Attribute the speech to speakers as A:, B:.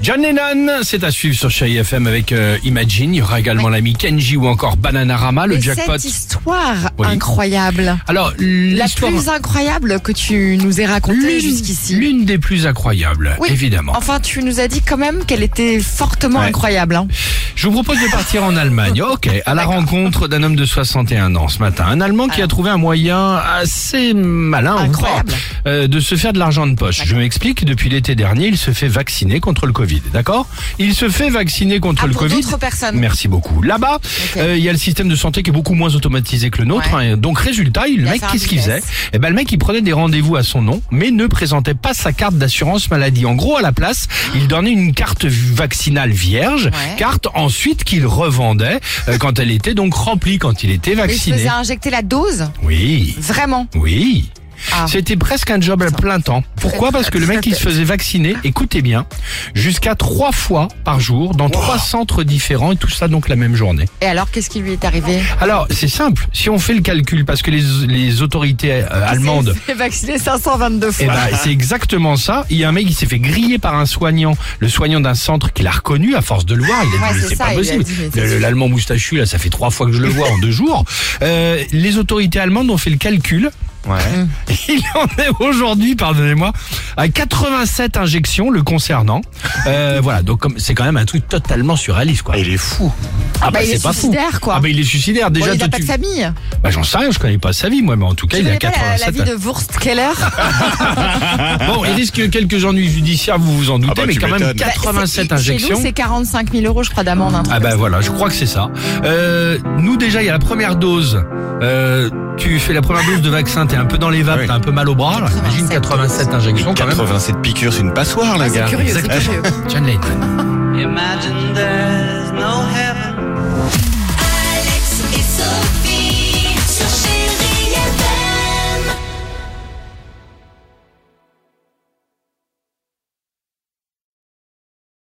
A: John Lennon, c'est à suivre sur Chérie FM avec euh, Imagine. Il y aura également l'ami Kenji ou encore Bananarama, Ah, le
B: Mais
A: jackpot.
B: Cette histoire
A: Oui.
B: incroyable.
A: Alors,
B: La
A: l'histoire,
B: plus incroyable que tu nous aies racontée
A: l'une-
B: jusqu'ici.
A: l'une des plus incroyables,
B: Oui.
A: évidemment.
B: Enfin, tu nous as dit quand même qu'elle était fortement
A: Ouais.
B: incroyable. hein.
A: Je vous propose de partir en Allemagne. Ok, à la rencontre d'un homme de 61 ans ce matin. Un Allemand qui a trouvé un moyen assez malin on
B: Incroyable.
A: croit, euh, de se faire de l'argent de poche. Je m'explique, depuis l'été dernier, il se fait vacciner contre le Covid. D'accord Il se fait vacciner contre
B: Ah,
A: le
B: pour
A: Covid.
B: d'autres personnes.
A: Merci beaucoup. Là-bas, euh, il y a le système de santé qui est beaucoup moins automatisé que le nôtre.
B: Ouais.
A: hein. Donc résultat, il- le
B: a
A: mec,
B: fait un
A: qu'est-ce qu'il faisait
B: business.
A: Eh ben le mec, il prenait des rendez-vous à son nom, mais ne présentait pas sa carte d'assurance maladie. En gros, à la place, il donnait une carte vaccinale vierge,
B: Ouais.
A: carte ensuite qu'il revendait euh, quand elle était donc remplie, quand il était
B: Et il se
A: vacciné.
B: faisait injecter la dose
A: Oui,
B: Vraiment
A: oui.
B: Ah.
A: C'était presque un job à plein temps. Pourquoi Parce que le mec, il se faisait vacciner, écoutez bien, jusqu'à trois fois par jour dans trois centres différents et tout ça donc la même journée.
B: Et alors, qu'est-ce qui lui est arrivé
A: Alors, c'est simple. Si on fait le calcul, parce que les, les autorités euh, allemandes.
B: Il s'est fait vacciner 522 fois.
A: Eh ben, c'est exactement ça. Il y a un mec qui s'est fait griller par un soignant, le soignant d'un centre qu'il a reconnu à force de le voir. Il a
B: Ouais,
A: dit, mais
B: c'est
A: c'est
B: ça,
A: pas
B: il lui a
A: possible.
B: dit, mais c'est
A: Le-
B: sûr.
A: L'allemand moustachu, là, ça fait trois fois que je le vois en deux jours. Euh, les autorités allemandes ont fait le calcul. Il en est aujourd'hui, pardonnez-moi, à 87 injections le concernant. Euh, voilà, donc comme- c'est quand même un truc totalement surréaliste, quoi.
C: Il est fou.
A: Ah
B: Bah, il est
A: c'est pas fou.
B: suicidaire, quoi.
A: Ah bah il est suicidaire
B: Bon,
A: déjà.
B: il
A: toi,
B: n'a pas
A: tu-
B: de famille.
A: bah j'en sais rien, je connais pas sa vie moi, mais en tout cas
B: Tu
A: il a
B: connais pas la,
A: 87
B: la vie de Wurstkeller
A: Bon, il risque quelques ennuis judiciaires, vous vous en doutez,
C: Hein Ah bah,
A: mais
C: tu
A: quand même
C: m'étonnes.
B: Bah, c'est-
A: 87
B: Chez
A: injections.
B: nous, c'est 45 000 euros, je crois, d'amende. hein.
A: Ah bah voilà, je crois que c'est ça. Euh, nous déjà, il y a la première dose. Euh, tu fais la première dose de vaccin, t'es un peu dans les vapes,
C: Oui.
A: t'as un peu mal au bras. Là, imagine 87 injections quand même. Ah,
C: 87 piqûres, c'est une passoire, le
B: C'est
C: gars.
B: curieux, c'est
A: Exactement.
B: curieux.
A: John Lennon.
D: Imagine there's no heaven.